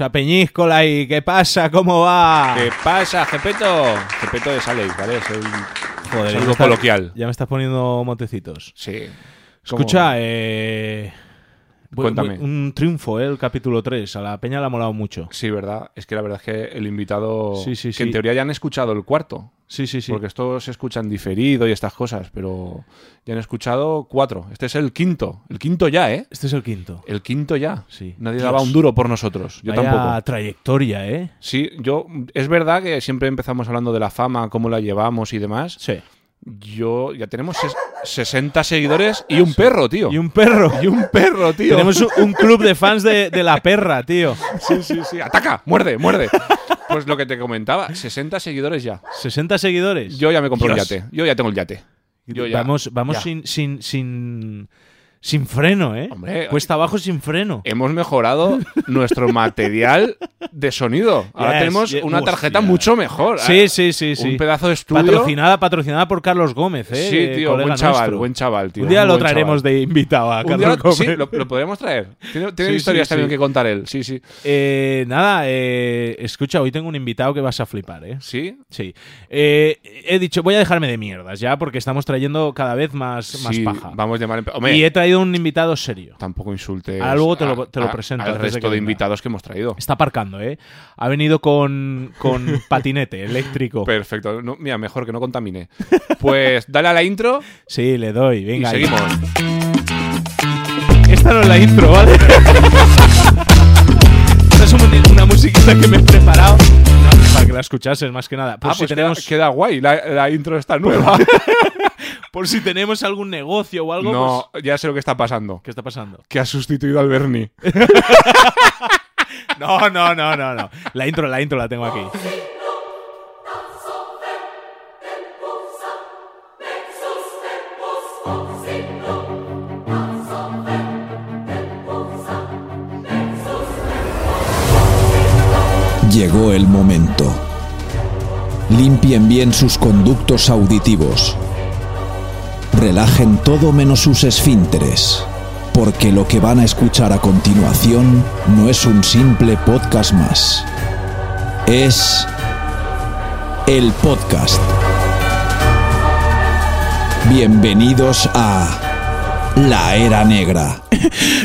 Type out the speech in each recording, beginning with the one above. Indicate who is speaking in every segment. Speaker 1: a Peñíscola y ¿qué pasa? ¿Cómo va?
Speaker 2: ¿Qué pasa, Gepeto? Gepeto de Saleis, ¿vale? Es el
Speaker 1: Joder, ya me
Speaker 2: saludo
Speaker 1: estás-
Speaker 2: coloquial.
Speaker 1: Ya me estás poniendo montecitos.
Speaker 2: Sí. ¿Cómo?
Speaker 1: Escucha, eh, bu- bu-
Speaker 2: Cuéntame.
Speaker 1: un triunfo, eh, el capítulo 3. A la peña le ha molado mucho.
Speaker 2: Sí, ¿verdad? Es que la verdad es que el invitado...
Speaker 1: Sí, sí,
Speaker 2: que
Speaker 1: sí.
Speaker 2: en teoría ya han escuchado el cuarto.
Speaker 1: Sí, sí, sí.
Speaker 2: Porque esto se escucha en diferido y estas cosas, pero ya han escuchado cuatro. Este es el quinto. El quinto ya, ¿eh?
Speaker 1: Este es el quinto.
Speaker 2: El quinto ya.
Speaker 1: Sí.
Speaker 2: Nadie
Speaker 1: Dios.
Speaker 2: daba un duro por nosotros. Yo
Speaker 1: Vaya
Speaker 2: tampoco.
Speaker 1: trayectoria, ¿eh?
Speaker 2: Sí, yo. Es verdad que siempre empezamos hablando de la fama, cómo la llevamos y demás.
Speaker 1: Sí.
Speaker 2: Yo. Ya tenemos ses- 60 seguidores y un perro, tío.
Speaker 1: Y un perro.
Speaker 2: Y un perro, tío.
Speaker 1: Tenemos un, un club de fans de, de la perra, tío.
Speaker 2: Sí, sí, sí. ¡Ataca! ¡Muerde! ¡Muerde! Pues lo que te comentaba, 60 seguidores ya.
Speaker 1: 60 seguidores.
Speaker 2: Yo ya me compré
Speaker 1: Dios.
Speaker 2: un yate. Yo ya tengo el yate. Yo ya-
Speaker 1: vamos vamos
Speaker 2: ya.
Speaker 1: sin, sin, sin, sin freno, ¿eh?
Speaker 2: Hombre,
Speaker 1: Cuesta abajo sin freno.
Speaker 2: hemos mejorado nuestro material de sonido. Ahora
Speaker 1: Yes,
Speaker 2: tenemos
Speaker 1: ye-
Speaker 2: una tarjeta
Speaker 1: hostia.
Speaker 2: mucho mejor. Ah,
Speaker 1: Sí, sí, sí, sí.
Speaker 2: Un pedazo de estudio.
Speaker 1: Patrocinada, patrocinada por Carlos Gómez, ¿eh?
Speaker 2: Sí,
Speaker 1: Eh,
Speaker 2: tío,
Speaker 1: colega
Speaker 2: buen chaval,
Speaker 1: nuestro.
Speaker 2: buen chaval, tío.
Speaker 1: Un día
Speaker 2: muy
Speaker 1: lo
Speaker 2: buen
Speaker 1: traeremos
Speaker 2: chaval.
Speaker 1: de invitado a
Speaker 2: Un
Speaker 1: Carlos
Speaker 2: día lo-
Speaker 1: Gómez.
Speaker 2: Sí, lo, lo podemos traer. Tiene, tiene
Speaker 1: Sí,
Speaker 2: historias
Speaker 1: sí,
Speaker 2: también
Speaker 1: sí.
Speaker 2: que contar él. Sí, sí.
Speaker 1: Eh, nada, eh, escucha, hoy tengo un invitado que vas a flipar, ¿eh?
Speaker 2: Sí,
Speaker 1: Sí. Eh, he dicho, voy a dejarme de mierdas ya, porque estamos trayendo cada vez más, más
Speaker 2: sí,
Speaker 1: paja.
Speaker 2: Vamos a llamar. en- Hombre,
Speaker 1: Y he traído un invitado serio.
Speaker 2: tampoco insultes.
Speaker 1: Ahora luego te lo-
Speaker 2: a-
Speaker 1: te lo
Speaker 2: a-
Speaker 1: presento
Speaker 2: Al
Speaker 1: antes de que
Speaker 2: resto de
Speaker 1: venga.
Speaker 2: invitados que hemos traído.
Speaker 1: Está aparcando, ¿eh? Ha venido con, con patinete eléctrico.
Speaker 2: Perfecto. No, mira, mejor que no contamine. Pues dale a la intro
Speaker 1: Sí, le doy.
Speaker 2: y
Speaker 1: Venga, ahí. Pues
Speaker 2: seguimos. Ah,
Speaker 1: Esta no es la intro, ¿vale? Esta es un- una musiquita que me he preparado para que la escuchases, más que nada. Por,
Speaker 2: Ah,
Speaker 1: si
Speaker 2: pues queda,
Speaker 1: tenemos,
Speaker 2: queda guay la, la intro está nueva.
Speaker 1: por si tenemos algún negocio o algo. pues-
Speaker 2: no, ya sé lo que está pasando.
Speaker 1: ¿Qué está pasando?
Speaker 2: Que ha sustituido al Bernie.
Speaker 1: No, no, no, no, no. La intro, la intro la tengo aquí.
Speaker 2: ¿Eh?
Speaker 3: Llegó el momento. Limpien bien sus conductos auditivos. Relajen todo menos sus esfínteres, porque lo que van a escuchar a continuación no es un simple podcast más. Es el podcast. Bienvenidos a La Era Negra.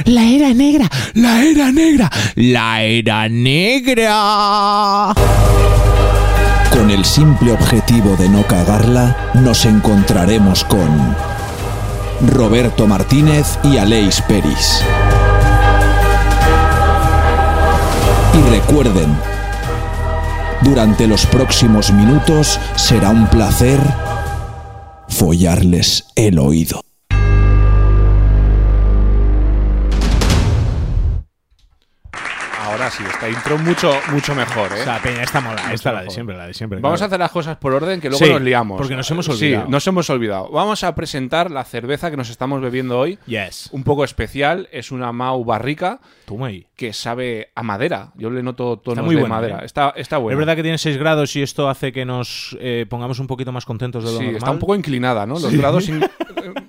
Speaker 3: La Era Negra, la Era Negra, la Era Negra. Con el simple objetivo de no cagarla, nos encontraremos con Roberto Martínez y Aleix Peris. Y recuerden, durante los próximos minutos será un placer follarles el oído.
Speaker 2: Ahora sí, esta intro mucho, mucho mejor, ¿eh?
Speaker 1: O sea, Peña, esta mola. Esta la de
Speaker 2: mejor.
Speaker 1: siempre, la de siempre.
Speaker 2: Vamos a
Speaker 1: claro.
Speaker 2: hacer las cosas por orden que luego
Speaker 1: Sí,
Speaker 2: nos liamos. Eh,
Speaker 1: porque nos hemos olvidado.
Speaker 2: Sí, nos hemos olvidado. Vamos a presentar la cerveza que nos estamos bebiendo hoy.
Speaker 1: Yes.
Speaker 2: Un poco especial, es una Mau Barrica
Speaker 1: Toma ahí.
Speaker 2: que sabe a madera. Yo le noto tonos
Speaker 1: muy
Speaker 2: de
Speaker 1: buena,
Speaker 2: madera.
Speaker 1: ¿eh?
Speaker 2: Está, está buena.
Speaker 1: Es verdad que tiene 6 grados y esto hace que nos eh, pongamos un poquito más contentos de lo
Speaker 2: Sí,
Speaker 1: normal.
Speaker 2: está un poco inclinada, ¿no? Los grados in-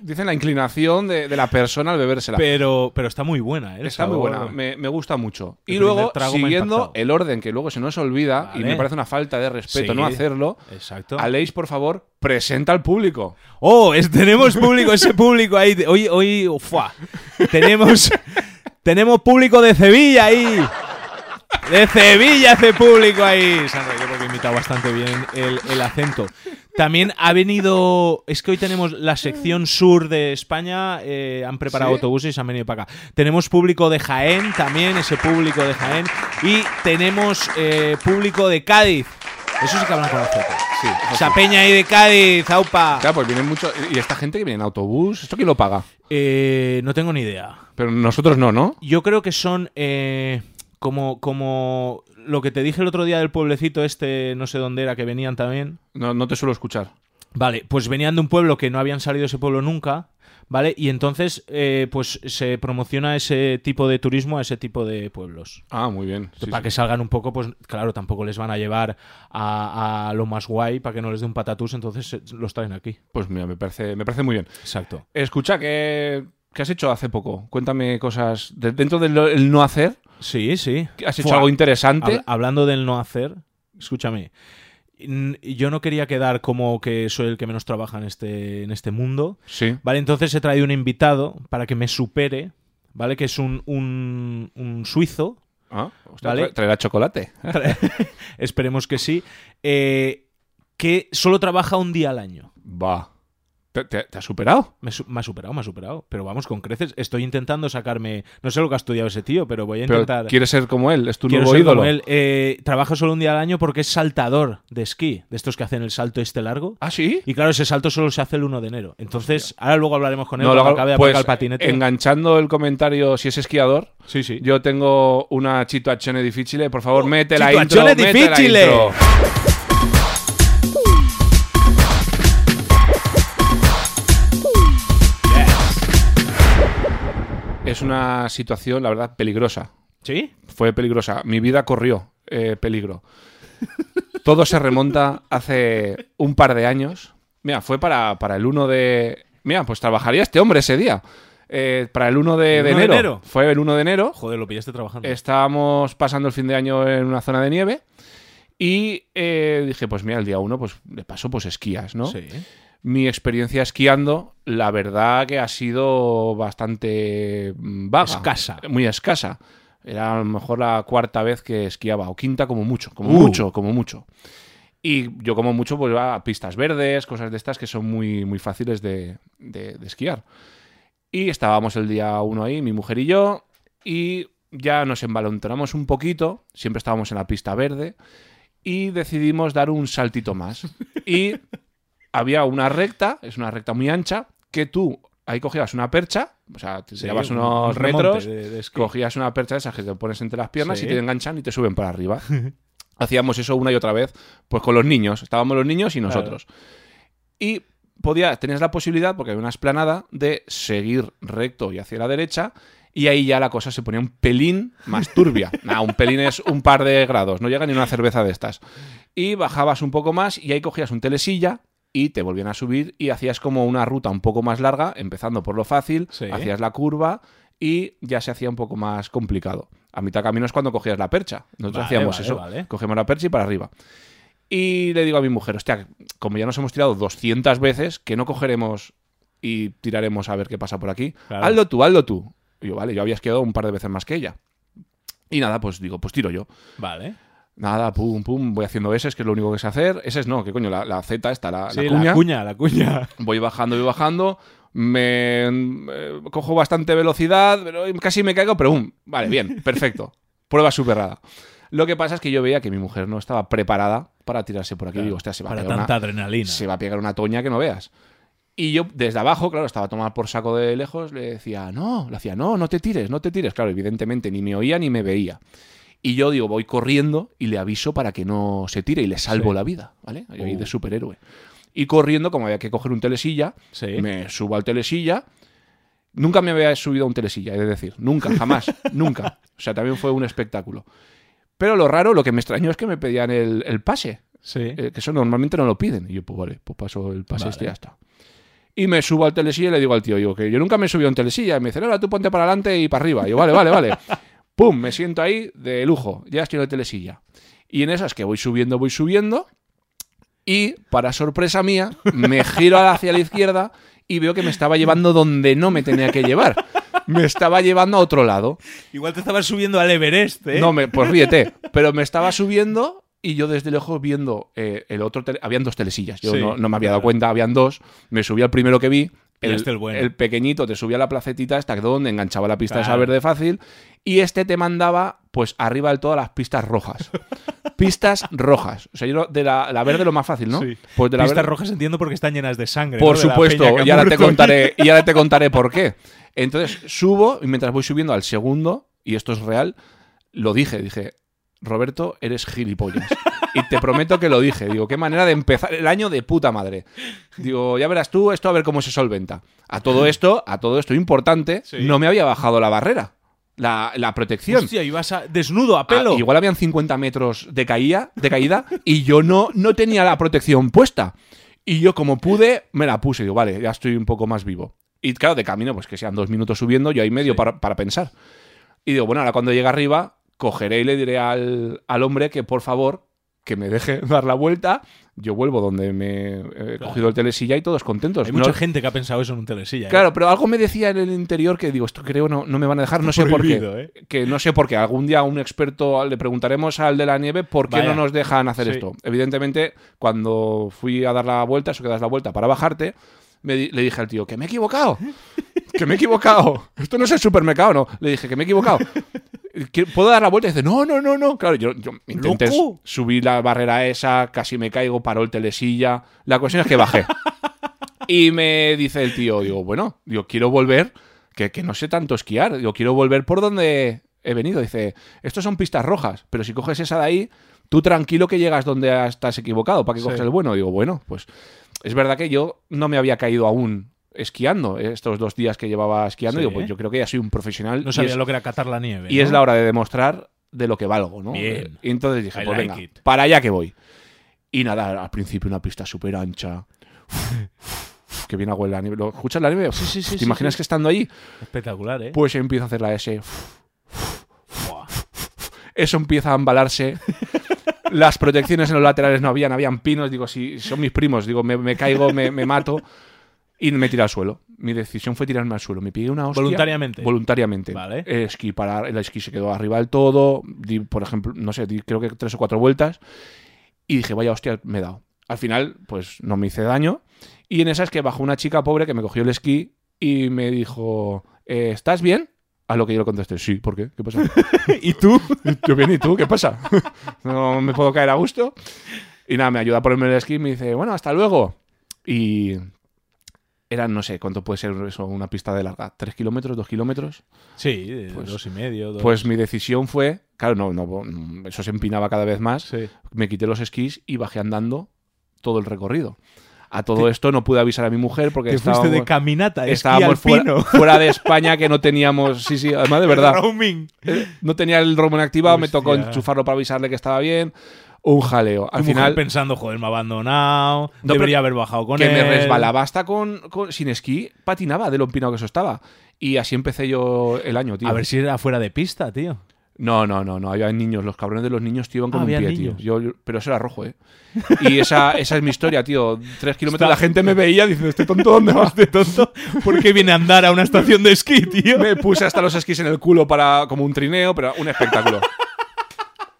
Speaker 2: dicen la inclinación de, de la persona al bebérsela.
Speaker 1: Pero, pero está muy buena, ¿eh? El
Speaker 2: Está muy
Speaker 1: sabor.
Speaker 2: buena, me, me gusta mucho.
Speaker 1: El
Speaker 2: y
Speaker 1: primer
Speaker 2: luego,
Speaker 1: trago me ha impactado.
Speaker 2: siguiendo el orden que luego se nos olvida, y
Speaker 1: Vale.
Speaker 2: me parece una falta de respeto
Speaker 1: Sí.
Speaker 2: no hacerlo,
Speaker 1: Exacto.
Speaker 2: Aleix, por favor, presenta al público.
Speaker 1: Oh, es- tenemos público, ese público ahí. de- Hoy, hoy, ¡fua! Tenemos, tenemos público de Sevilla ahí. De Sevilla ese público ahí. Se han reído porque he imitado bastante bien el, el acento. También ha venido. Es que hoy tenemos la sección sur de España. eh, han preparado
Speaker 2: ¿Sí?
Speaker 1: autobuses y se han venido para acá. Tenemos público de Jaén también, ese público de Jaén. Y tenemos eh, público de Cádiz. Eso sí que hablan con los
Speaker 2: Sí, eso
Speaker 1: Esa
Speaker 2: sí.
Speaker 1: peña ahí de Cádiz, aupa.
Speaker 2: Claro, pues vienen mucho. Y esta gente que viene en autobús, ¿esto quién lo paga?
Speaker 1: Eh, no tengo ni idea.
Speaker 2: Pero nosotros no, ¿no?
Speaker 1: Yo creo que son eh, como, como lo que te dije el otro día del pueblecito este, no sé dónde era, que venían también.
Speaker 2: No, no te suelo escuchar.
Speaker 1: Vale, pues venían de un pueblo que no habían salido de ese pueblo nunca, ¿vale? Y entonces, eh, pues se promociona ese tipo de turismo a ese tipo de pueblos.
Speaker 2: Ah, muy bien. Sí,
Speaker 1: para
Speaker 2: sí.
Speaker 1: que salgan un poco, pues claro, tampoco les van a llevar a, a lo más guay para que no les dé un patatús, entonces eh, los traen aquí.
Speaker 2: Pues mira, me parece, me parece muy bien.
Speaker 1: Exacto.
Speaker 2: Escucha, ¿qué, qué has hecho hace poco? Cuéntame cosas. de- dentro del el no hacer,
Speaker 1: Sí, sí.
Speaker 2: ¿Has hecho
Speaker 1: Fua.
Speaker 2: algo interesante?
Speaker 1: Habla- hablando del no hacer, escúchame. n- Yo no quería quedar como que soy el que menos trabaja en este, en este mundo.
Speaker 2: Sí.
Speaker 1: Vale, entonces he traído un invitado para que me supere, ¿vale? Que es un, un- un suizo.
Speaker 2: Ah, hostia,
Speaker 1: Vale.
Speaker 2: tra- Traerá chocolate.
Speaker 1: Esperemos que sí. eh, que solo trabaja un día al año.
Speaker 2: Va. ¿Te, te, te ha superado?
Speaker 1: Me, su- me ha superado, me ha superado. Pero vamos, con creces. Estoy intentando sacarme. No sé lo que ha estudiado ese tío, pero voy a
Speaker 2: Pero
Speaker 1: intentar.
Speaker 2: quieres ser como él, es tu
Speaker 1: Quiero
Speaker 2: nuevo
Speaker 1: ser
Speaker 2: ídolo.
Speaker 1: como él. Eh, trabaja solo un día al año porque es saltador de esquí, de estos que hacen el salto este largo.
Speaker 2: ¿Ah, sí?
Speaker 1: Y claro, ese salto solo se hace el 1 de enero. Entonces, ahora luego hablaremos con él
Speaker 2: No,
Speaker 1: cuando
Speaker 2: lo hago-
Speaker 1: acabe de
Speaker 2: pues,
Speaker 1: aparcar el patinete.
Speaker 2: Enganchando el comentario, si es esquiador,
Speaker 1: Sí, sí. Oh,
Speaker 2: yo tengo una situazione difficile. eh, Por favor, mete la intro.
Speaker 1: situazione
Speaker 2: mete la
Speaker 1: difficile.
Speaker 2: intro. Es una situación, la verdad, peligrosa.
Speaker 1: ¿Sí?
Speaker 2: Fue peligrosa. Mi vida corrió eh, peligro. Todo se remonta hace un par de años. Mira, fue para, para el 1 de... Mira, pues trabajaría este hombre ese día. Eh, para el 1 de,
Speaker 1: ¿El
Speaker 2: de
Speaker 1: 1 de
Speaker 2: enero.
Speaker 1: enero?
Speaker 2: Fue el 1 de enero.
Speaker 1: Ah, Joder, lo pillaste trabajando.
Speaker 2: Estábamos pasando el fin de año en una zona de nieve. Y eh, dije, pues mira, el día 1, pues de paso, pues esquías, ¿no?
Speaker 1: Sí.
Speaker 2: Mi experiencia esquiando, la verdad que ha sido bastante mm, vaga.
Speaker 1: Escasa.
Speaker 2: Muy escasa. Era a lo mejor la cuarta vez que esquiaba, o quinta como mucho, como
Speaker 1: Uh.
Speaker 2: mucho, como mucho. Y yo como mucho pues va a pistas verdes, cosas de estas que son muy, muy fáciles de, de- de esquiar. Y estábamos el día uno ahí, mi mujer y yo, y ya nos envalontonamos un poquito, siempre estábamos en la pista verde, y decidimos dar un saltito más. Y había una recta, es una recta muy ancha, que tú ahí cogías una percha, o sea, te
Speaker 1: Sí,
Speaker 2: llevas
Speaker 1: un-
Speaker 2: unos
Speaker 1: un remonte
Speaker 2: metros,
Speaker 1: de- de esquí.
Speaker 2: cogías una percha de esas que te pones entre las piernas
Speaker 1: Sí.
Speaker 2: y te enganchan y te suben para arriba. Hacíamos eso una y otra vez, pues con los niños. Estábamos los niños y nosotros. Y podía, tenías la posibilidad, porque había una esplanada, de seguir recto y hacia la derecha. Y ahí ya la cosa se ponía un pelín más turbia. Nada, un pelín es un par de grados, no llega ni una cerveza de estas. Y bajabas un poco más y ahí cogías un telesilla y te volvían a subir y hacías como una ruta un poco más larga, empezando por lo fácil,
Speaker 1: Sí.
Speaker 2: hacías la curva y ya se hacía un poco más complicado. A mitad camino es cuando cogías la percha.
Speaker 1: Vale,
Speaker 2: Nosotros hacíamos
Speaker 1: vale,
Speaker 2: eso.
Speaker 1: vale.
Speaker 2: Cogemos la percha y para arriba. Y le digo a mi mujer, hostia, como ya nos hemos tirado 200 veces, que no cogeremos y tiraremos a ver qué pasa por aquí.
Speaker 1: Claro.
Speaker 2: Hazlo tú, hazlo tú. Y yo, vale, yo había esquiado un par de veces más que ella. Y nada, pues digo, pues tiro yo.
Speaker 1: Vale.
Speaker 2: Nada, pum, pum, voy haciendo S, que es lo único que sé hacer. S no, que coño, la, la Z está, la,
Speaker 1: Sí,
Speaker 2: cuña.
Speaker 1: la cuña, la cuña.
Speaker 2: Voy bajando, voy bajando. Me eh, cojo bastante velocidad, pero casi me caigo, pero boom. Vale, bien, perfecto. Prueba superada. Lo que pasa es que yo veía que mi mujer no estaba preparada para tirarse por aquí. Digo, hostia, se va, a
Speaker 1: Para
Speaker 2: pegar
Speaker 1: tanta
Speaker 2: una,
Speaker 1: adrenalina.
Speaker 2: se va a pegar una toña que no veas. Y yo desde abajo, claro, estaba tomada por saco de lejos, le decía, no, le hacía, no, no te tires, no te tires. Claro, evidentemente ni me oía ni me veía. Y yo digo, voy corriendo y le aviso para que no se tire y le salvo
Speaker 1: Sí.
Speaker 2: la vida, ¿vale? Yo ahí
Speaker 1: Uh.
Speaker 2: de superhéroe. Y corriendo, como había que coger un telesilla,
Speaker 1: Sí.
Speaker 2: me subo al telesilla. Nunca me había subido a un telesilla, es decir, nunca, jamás, nunca. O sea, también fue un espectáculo. Pero lo raro, lo que me extrañó es que me pedían el, el pase,
Speaker 1: Sí.
Speaker 2: eh, que eso normalmente no lo piden. Y yo, pues vale, pues paso el pase
Speaker 1: Vale.
Speaker 2: este y ya está. Y me subo al telesilla y le digo al tío, digo, que yo nunca me he subido a un telesilla. Y me dice, ahora tú ponte para adelante y para arriba. Y yo, vale, vale, vale. Pum, me siento ahí de lujo, ya estoy en el telesilla. Y en esas que voy subiendo, voy subiendo. Y, para sorpresa mía, me giro hacia la izquierda y veo que me estaba llevando donde no me tenía que llevar. Me estaba llevando a otro lado.
Speaker 1: Igual te estabas subiendo al Everest, ¿eh?
Speaker 2: No, me, pues ríete. Pero me estaba subiendo y yo desde lejos viendo eh, el otro. tele- habían dos telesillas. Yo
Speaker 1: Sí,
Speaker 2: no, no me había dado
Speaker 1: claro.
Speaker 2: cuenta, habían dos. Me subí al primero que vi. El,
Speaker 1: Pillaste el este bueno.
Speaker 2: el pequeñito te subía a la placetita hasta donde enganchaba la pista esa
Speaker 1: Claro.
Speaker 2: verde fácil. Y este te mandaba, pues, arriba del todo a las pistas rojas. Pistas rojas. O sea, yo no- de la, la verde lo más fácil, ¿no?
Speaker 1: Sí.
Speaker 2: Pues de la
Speaker 1: Pistas
Speaker 2: verde-
Speaker 1: rojas entiendo porque están llenas de sangre.
Speaker 2: por
Speaker 1: ¿no? De la peña que
Speaker 2: supuesto,
Speaker 1: ha
Speaker 2: y ahora, te
Speaker 1: muerto.
Speaker 2: contaré, y ahora te contaré por qué. Entonces subo y mientras voy subiendo al segundo, y esto es real, lo dije, dije, Roberto, eres gilipollas. Y te prometo que lo dije. Digo, qué manera de empezar el año de puta madre. Digo, ya verás tú esto a ver cómo se solventa. A todo esto, a todo esto importante,
Speaker 1: Sí.
Speaker 2: no me había bajado la barrera, la, la protección.
Speaker 1: Hostia, ibas a- desnudo, a pelo.
Speaker 2: Ah, igual habían 50 metros de caída, de caída y yo no, no tenía la protección puesta. Y yo, como pude, me la puse. Digo, vale, ya estoy un poco más vivo. Y claro, de camino, pues que sean dos minutos subiendo, yo ahí medio para, para pensar. Y digo, bueno, ahora cuando llegue arriba, cogeré y le diré al, al hombre que por favor, que me deje dar la vuelta. Yo vuelvo donde me he cogido el telesilla y todos contentos.
Speaker 1: Hay
Speaker 2: pues No-
Speaker 1: mucha gente que ha pensado eso en un telesilla. ¿eh?
Speaker 2: Claro, pero algo me decía en el interior que digo, esto creo no, no me van a dejar, no sé por
Speaker 1: Prohibido,
Speaker 2: qué.
Speaker 1: ¿eh?
Speaker 2: Que no sé por qué. Algún día a un experto le preguntaremos al de la nieve por qué
Speaker 1: Vaya.
Speaker 2: no nos dejan hacer
Speaker 1: Sí.
Speaker 2: esto. Evidentemente, cuando fui a dar la vuelta, eso que das la vuelta para bajarte, me di- le dije al tío, que me he equivocado. Que me he equivocado. Esto no es el supermercado, no. Le dije que me he equivocado. "¿Que ¿Puedo dar la vuelta? Y dice, no, no, no, no. Claro, yo, yo intenté
Speaker 1: Loco.
Speaker 2: subir la barrera esa, casi me caigo, paró el telesilla. La cuestión es que bajé. Y me dice el tío, digo, bueno, digo, quiero volver, que, que no sé tanto esquiar, digo, quiero volver por donde he venido. Dice, estos son pistas rojas, pero si coges esa de ahí, tú tranquilo que llegas donde estás equivocado, para que
Speaker 1: Sí.
Speaker 2: coges el bueno. Digo, bueno, pues es verdad que yo no me había caído aún esquiando eh, estos dos días que llevaba esquiando.
Speaker 1: Sí.
Speaker 2: Digo, pues yo creo que ya soy un profesional
Speaker 1: No
Speaker 2: y,
Speaker 1: sabía
Speaker 2: es,
Speaker 1: lo que era catar la nieve.
Speaker 2: y
Speaker 1: ¿no?
Speaker 2: es la hora de demostrar de lo que valgo, ¿no?
Speaker 1: Bien.
Speaker 2: Y entonces dije,
Speaker 1: I
Speaker 2: pues
Speaker 1: like
Speaker 2: venga,
Speaker 1: it.
Speaker 2: para allá que voy. Y nada, al principio una pista súper ancha. que bien agua en la nieve. ¿Lo escuchas la nieve?
Speaker 1: sí, sí,
Speaker 2: ¿Te
Speaker 1: sí,
Speaker 2: imaginas
Speaker 1: sí.
Speaker 2: que estando allí?
Speaker 1: Espectacular, ¿eh?
Speaker 2: Pues empieza a hacer la S.
Speaker 1: Buah.
Speaker 2: Eso empieza a embalarse. Las protecciones en los laterales no habían, habían pinos. Digo, si son mis primos, digo, me, me caigo, me, me mato. Y me tiré al suelo. Mi decisión fue tirarme al suelo. Me pillé una hostia.
Speaker 1: Voluntariamente.
Speaker 2: Voluntariamente.
Speaker 1: Vale.
Speaker 2: El esquí, para, el esquí se quedó arriba del todo. Di, por ejemplo, no sé, di creo que tres o cuatro vueltas. Y dije, vaya hostia, me he dado. Al final, pues no me hice daño. Y en esas que bajó una chica pobre que me cogió el esquí y me dijo, eh, ¿estás bien? A lo que yo le contesté, sí, ¿por qué? ¿Qué pasa?
Speaker 1: ¿Y tú?
Speaker 2: Yo bien, ¿y tú? ¿Qué pasa? ¿No me puedo caer a gusto? Y nada, me ayuda a ponerme el esquí y me dice, bueno, hasta luego. Y eran, no sé, ¿cuánto puede ser eso? Una pista de larga. ¿Tres kilómetros? ¿Dos kilómetros?
Speaker 1: Sí, de
Speaker 2: Pues-
Speaker 1: dos y medio. Dos.
Speaker 2: Pues mi decisión fue, claro, no, no, eso se empinaba cada vez más.
Speaker 1: Sí.
Speaker 2: Me quité los esquís y bajé andando todo el recorrido. A todo esto no pude avisar a mi mujer porque
Speaker 1: Te fuiste de
Speaker 2: estábamos,
Speaker 1: caminata,
Speaker 2: estábamos
Speaker 1: esquí alpino.
Speaker 2: fuera, fuera de España que no teníamos... Sí, sí, además de verdad.
Speaker 1: Roaming.
Speaker 2: Eh, no tenía el roaming activado, me tocó
Speaker 1: Hostia.
Speaker 2: enchufarlo para avisarle que estaba bien. Un jaleo. Al
Speaker 1: Tu mujer
Speaker 2: final, que
Speaker 1: pensando, joder, me ha abandonado,
Speaker 2: No,
Speaker 1: debería
Speaker 2: pero-
Speaker 1: haber bajado con él.
Speaker 2: me resbalaba hasta con, con- sin esquí, patinaba de lo empinado que eso estaba. Y así empecé yo el año, tío.
Speaker 1: A ver si era fuera de pista, tío.
Speaker 2: No, no, no, no. Había niños. Los cabrones de los niños, tío, iban con
Speaker 1: Ah,
Speaker 2: un
Speaker 1: había
Speaker 2: pie,
Speaker 1: niños.
Speaker 2: tío. Yo- yo- pero eso era rojo, ¿eh? Y esa, esa es mi historia, tío. Tres kilómetros.
Speaker 1: Está-
Speaker 2: La gente me veía diciendo, este tonto, ¿dónde vas?
Speaker 1: De tonto, ¿por qué viene a andar a una estación de esquí, tío?
Speaker 2: Me puse hasta los esquís en el culo para como un trineo, pero un espectáculo.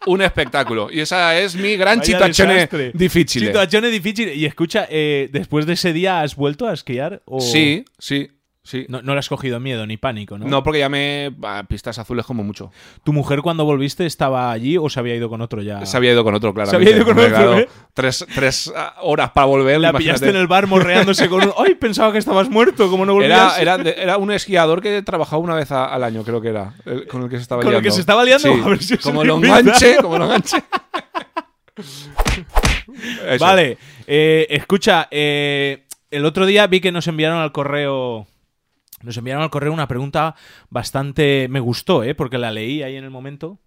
Speaker 2: Un espectáculo. Y esa es mi gran
Speaker 1: Vaya
Speaker 2: chitachené
Speaker 1: desastre.
Speaker 2: difícil. ¿eh?
Speaker 1: Situaciones difíciles. Y escucha, eh, después de ese día has vuelto a esquiar o
Speaker 2: Sí, sí, sí.
Speaker 1: no, no le has cogido miedo ni pánico, ¿no?
Speaker 2: No, porque ya me. a pistas azules como mucho.
Speaker 1: ¿Tu mujer cuando volviste estaba allí o se había ido con otro ya?
Speaker 2: Se había ido con otro, claro.
Speaker 1: Ah. había ido con otro, ¿eh?
Speaker 2: Tres, tres, ah, horas para volver.
Speaker 1: La
Speaker 2: imagínate.
Speaker 1: pillaste en el bar morreándose con un... ¡Ay, pensaba que estabas muerto! Como no volvías?
Speaker 2: Era, era, de- era un esquiador que trabajaba una vez a- al año, creo que era. el- con el que se estaba
Speaker 1: Con el
Speaker 2: liando.
Speaker 1: que se estaba liando,
Speaker 2: Sí,
Speaker 1: a ver si os
Speaker 2: como lo
Speaker 1: olvida.
Speaker 2: enganche, como lo enganche. Eso.
Speaker 1: Vale, eh, escucha, eh, el otro día vi que nos enviaron al correo. Nos enviaron al correo una pregunta bastante. Me gustó, ¿eh? Porque la leí ahí en el momento.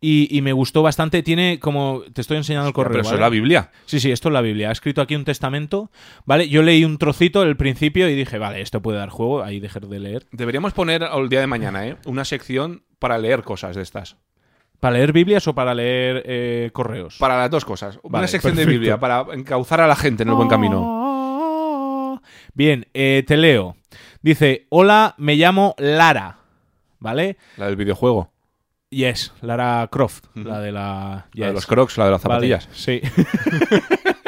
Speaker 1: Y, y me gustó bastante. Tiene como. Te estoy enseñando el correo.
Speaker 2: Pero eso es
Speaker 1: ¿vale?
Speaker 2: la Biblia.
Speaker 1: Sí, sí, esto es la Biblia. Ha escrito aquí un testamento, ¿vale? Yo leí un trocito al principio y dije, vale, esto puede dar juego. Ahí dejé de leer.
Speaker 2: Deberíamos poner el día de mañana, ¿eh? Una sección para leer cosas de estas.
Speaker 1: ¿Para leer Biblias o para leer eh, correos?
Speaker 2: Para las dos cosas.
Speaker 1: Vale,
Speaker 2: Una sección de
Speaker 1: perfecto.
Speaker 2: Biblia para encauzar a la gente en el
Speaker 1: Oh.
Speaker 2: buen camino.
Speaker 1: Bien, eh, te leo. Dice, hola, me llamo Lara. ¿Vale?
Speaker 2: La del videojuego.
Speaker 1: Yes, Lara Croft,
Speaker 2: Ujú.
Speaker 1: la de la...
Speaker 2: La de
Speaker 1: Yes.
Speaker 2: los crocs, la de las
Speaker 1: Vale,
Speaker 2: zapatillas.
Speaker 1: sí.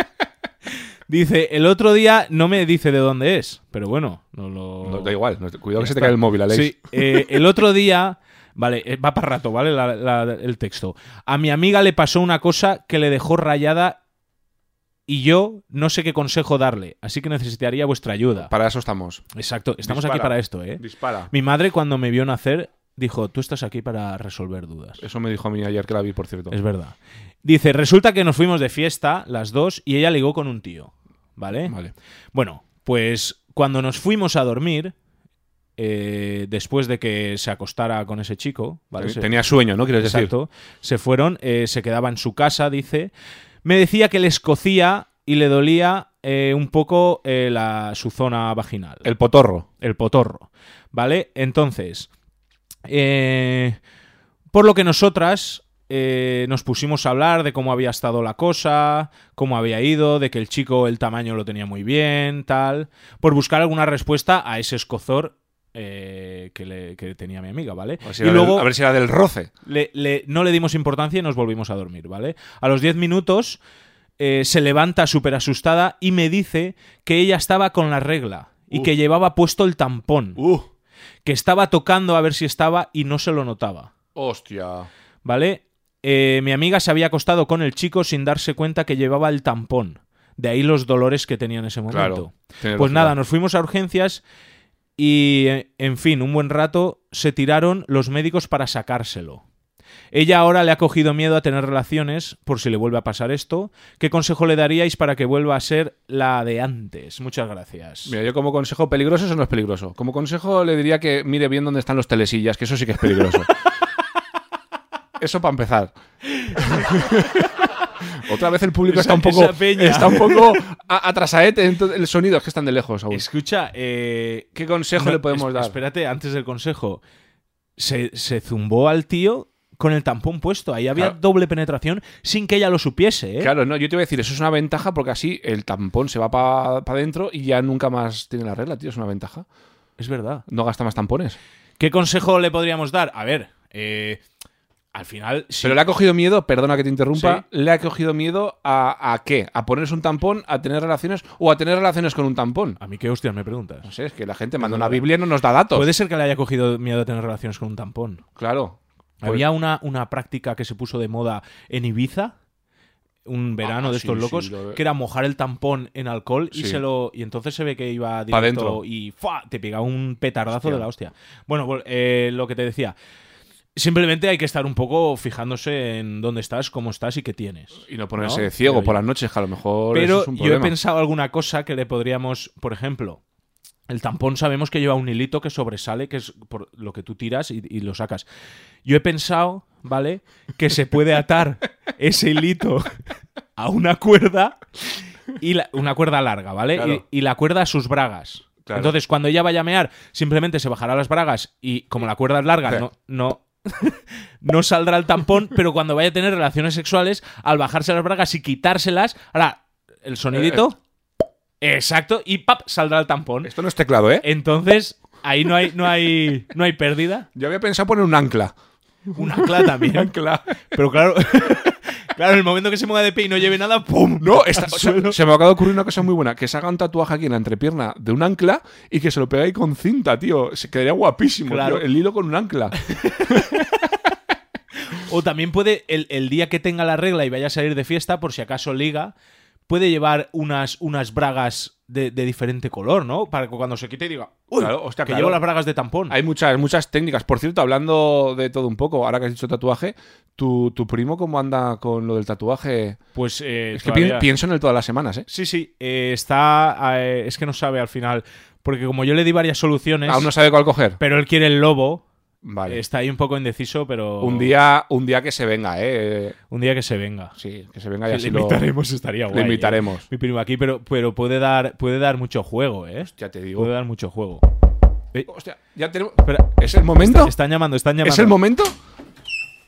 Speaker 1: dice, el otro día no me dice de dónde es, pero bueno, no lo...
Speaker 2: No, da igual, no- cuidado que
Speaker 1: Oh. Ya
Speaker 2: se
Speaker 1: está.
Speaker 2: te cae el móvil, Alex.
Speaker 1: Sí, eh, el otro día... Vale, eh, va para rato, ¿vale? La- la- el texto. A mi amiga le pasó una cosa que le dejó rayada y yo no sé qué consejo darle, así que necesitaría vuestra ayuda.
Speaker 2: Para eso estamos.
Speaker 1: Exacto, estamos
Speaker 2: Dispara.
Speaker 1: aquí para esto, ¿eh?
Speaker 2: Dispara.
Speaker 1: Mi madre cuando me vio nacer dijo, tú estás aquí para resolver dudas.
Speaker 2: Eso me dijo a mí ayer que la vi, por cierto.
Speaker 1: Es verdad. Dice, resulta que nos fuimos de fiesta las dos y ella ligó con un tío, ¿vale?
Speaker 2: Vale.
Speaker 1: Bueno, pues cuando nos fuimos a dormir, eh, después de que se acostara con ese chico, ¿vale?
Speaker 2: Ten-
Speaker 1: Se-
Speaker 2: Tenía sueño, ¿no? Quieres decir.
Speaker 1: Exacto. Se fueron, eh, se quedaba en su casa, dice. Me decía que les cocía y le dolía eh, un poco eh, la, su zona vaginal
Speaker 2: El potorro.
Speaker 1: el potorro, ¿vale? Entonces, Eh, por lo que nosotras eh, nos pusimos a hablar de cómo había estado la cosa, cómo había ido, de que el chico el tamaño lo tenía muy bien, tal, por buscar alguna respuesta a ese escozor eh, que, le- que tenía mi amiga, ¿vale?
Speaker 2: A ver si era del- a ver si era del roce.
Speaker 1: Le- le- no le dimos importancia y nos volvimos a dormir, ¿vale? A los 10 minutos eh, se levanta súper asustada y me dice que ella estaba con la regla y
Speaker 2: Uh.
Speaker 1: que llevaba puesto el tampón,
Speaker 2: Uh,
Speaker 1: que estaba tocando a ver si estaba y no se lo notaba,
Speaker 2: hostia.
Speaker 1: ¿vale? Eh, mi amiga se había acostado con el chico sin darse cuenta que llevaba el tampón. De ahí los dolores que tenía en ese momento.
Speaker 2: Claro. Tiene
Speaker 1: Pues
Speaker 2: lógica.
Speaker 1: nada, nos fuimos a urgencias y, eh, en fin, un buen rato se tiraron los médicos para sacárselo. Ella ahora le ha cogido miedo a tener relaciones, por si le vuelve a pasar esto. ¿Qué consejo le daríais para que vuelva a ser la de antes? Muchas gracias.
Speaker 2: Mira, yo como consejo, ¿peligroso eso no es peligroso? Como consejo le diría que mire bien dónde están los telesillas, que eso sí que es peligroso. eso para empezar. Otra vez el público
Speaker 1: Esa-
Speaker 2: está un poco,
Speaker 1: esa peña.
Speaker 2: está un poco a- atrasaete, entonces, el sonido es que están de lejos aún.
Speaker 1: Escucha, eh,
Speaker 2: ¿Qué consejo
Speaker 1: no,
Speaker 2: le podemos
Speaker 1: es-
Speaker 2: dar?
Speaker 1: Espérate, antes del consejo. Se, se zumbó al tío con el tampón puesto. Ahí había
Speaker 2: Claro.
Speaker 1: doble penetración sin que ella lo supiese. ¿eh?
Speaker 2: Claro, no, yo te iba a decir, eso es una ventaja porque así el tampón se va para adentro y ya nunca más tiene la regla, tío, es una ventaja.
Speaker 1: Es verdad.
Speaker 2: No gasta más tampones.
Speaker 1: ¿Qué consejo le podríamos dar? A ver, eh, al final. sí.
Speaker 2: Pero le ha cogido miedo, perdona que te interrumpa, le ha cogido miedo a, a qué? ¿A ponerse un tampón, a tener relaciones o a tener relaciones con un tampón?
Speaker 1: A mí qué hostias me preguntas.
Speaker 2: No sé, es que la gente manda una Biblia y no nos da datos.
Speaker 1: Puede ser que le haya cogido miedo a tener relaciones con un tampón.
Speaker 2: Claro. Pues-
Speaker 1: Había una, una práctica que se puso de moda en Ibiza, un verano
Speaker 2: Ah,
Speaker 1: de
Speaker 2: sí,
Speaker 1: estos
Speaker 2: sí,
Speaker 1: locos,
Speaker 2: lo-
Speaker 1: que era mojar el tampón en alcohol y
Speaker 2: Sí.
Speaker 1: se lo. Y entonces se ve que iba
Speaker 2: Pa'
Speaker 1: directo
Speaker 2: dentro.
Speaker 1: y ¡fua! te pegaba un petardazo
Speaker 2: Hostia.
Speaker 1: de la hostia. Bueno, vol- eh, lo que te decía. Simplemente hay que estar un poco fijándose en dónde estás, cómo estás y qué tienes.
Speaker 2: Y no ponerse
Speaker 1: No,
Speaker 2: ciego
Speaker 1: creo
Speaker 2: por
Speaker 1: yo.
Speaker 2: las noches, que a lo mejor eso
Speaker 1: Pero
Speaker 2: es un
Speaker 1: yo he
Speaker 2: problema.
Speaker 1: pensado alguna cosa que le podríamos, por ejemplo, el tampón sabemos que lleva un hilito que sobresale, que es por lo que tú tiras y, y lo sacas. Yo he pensado, ¿vale? Que se puede atar ese hilito a una cuerda y la- una cuerda larga, ¿vale?
Speaker 2: Claro.
Speaker 1: Y, y la cuerda a sus bragas.
Speaker 2: Claro.
Speaker 1: Entonces, cuando ella vaya a mear, simplemente se bajará las bragas y como la cuerda es larga, no, no, no saldrá el tampón, pero cuando vaya a tener relaciones sexuales, al bajarse las bragas y quitárselas, hará el sonidito.
Speaker 2: Eh,
Speaker 1: Exacto, y ¡pap! saldrá el tampón.
Speaker 2: Esto no es teclado, ¿eh?
Speaker 1: Entonces, ahí no hay, no hay, no hay pérdida.
Speaker 2: Yo había pensado poner un ancla.
Speaker 1: Un ancla
Speaker 2: Un
Speaker 1: también.
Speaker 2: ancla.
Speaker 1: Pero claro, claro, en el momento que se mueva de pie y no lleve nada, ¡pum!
Speaker 2: No, esta-
Speaker 1: Al
Speaker 2: o sea,
Speaker 1: suelo.
Speaker 2: se me acaba de ocurrir una cosa muy buena. Que se haga un tatuaje aquí en la entrepierna de un ancla y que se lo pegáis con cinta, tío. Se quedaría guapísimo,
Speaker 1: Claro.
Speaker 2: tío, El hilo con un ancla.
Speaker 1: O también puede, el, el día que tenga la regla y vaya a salir de fiesta, por si acaso liga, puede llevar unas, unas bragas de, de diferente color, ¿no? Para que cuando se quite diga, ¡uy!
Speaker 2: Claro, hostia,
Speaker 1: que
Speaker 2: claro.
Speaker 1: llevo las bragas de tampón.
Speaker 2: Hay muchas, muchas técnicas. Por cierto, hablando de todo un poco, ahora que has dicho tatuaje, ¿tu, tu primo cómo anda con lo del tatuaje?
Speaker 1: Pues eh,
Speaker 2: Es que
Speaker 1: todavía-
Speaker 2: pi- pienso en él todas las semanas, ¿eh?
Speaker 1: Sí, sí, eh, está... eh, es que no sabe al final, porque como yo le di varias soluciones,
Speaker 2: Aún no sabe cuál coger.
Speaker 1: pero él quiere el lobo,
Speaker 2: Vale.
Speaker 1: está ahí un poco indeciso, pero...
Speaker 2: Un día, un día que se venga, ¿eh?
Speaker 1: Un día que se venga.
Speaker 2: Sí, que se venga y
Speaker 1: le
Speaker 2: así lo,
Speaker 1: invitaremos, estaría
Speaker 2: lo
Speaker 1: guay. ¿eh?
Speaker 2: invitaremos.
Speaker 1: Mi primo aquí, pero, pero puede, dar, puede dar mucho juego, ¿eh?
Speaker 2: Ya te
Speaker 1: Puede
Speaker 2: digo.
Speaker 1: dar mucho juego.
Speaker 2: Hostia, ya tenemos.
Speaker 1: Espera,
Speaker 2: ¿Es el momento?
Speaker 1: Están llamando, están llamando.
Speaker 2: ¿Es el momento?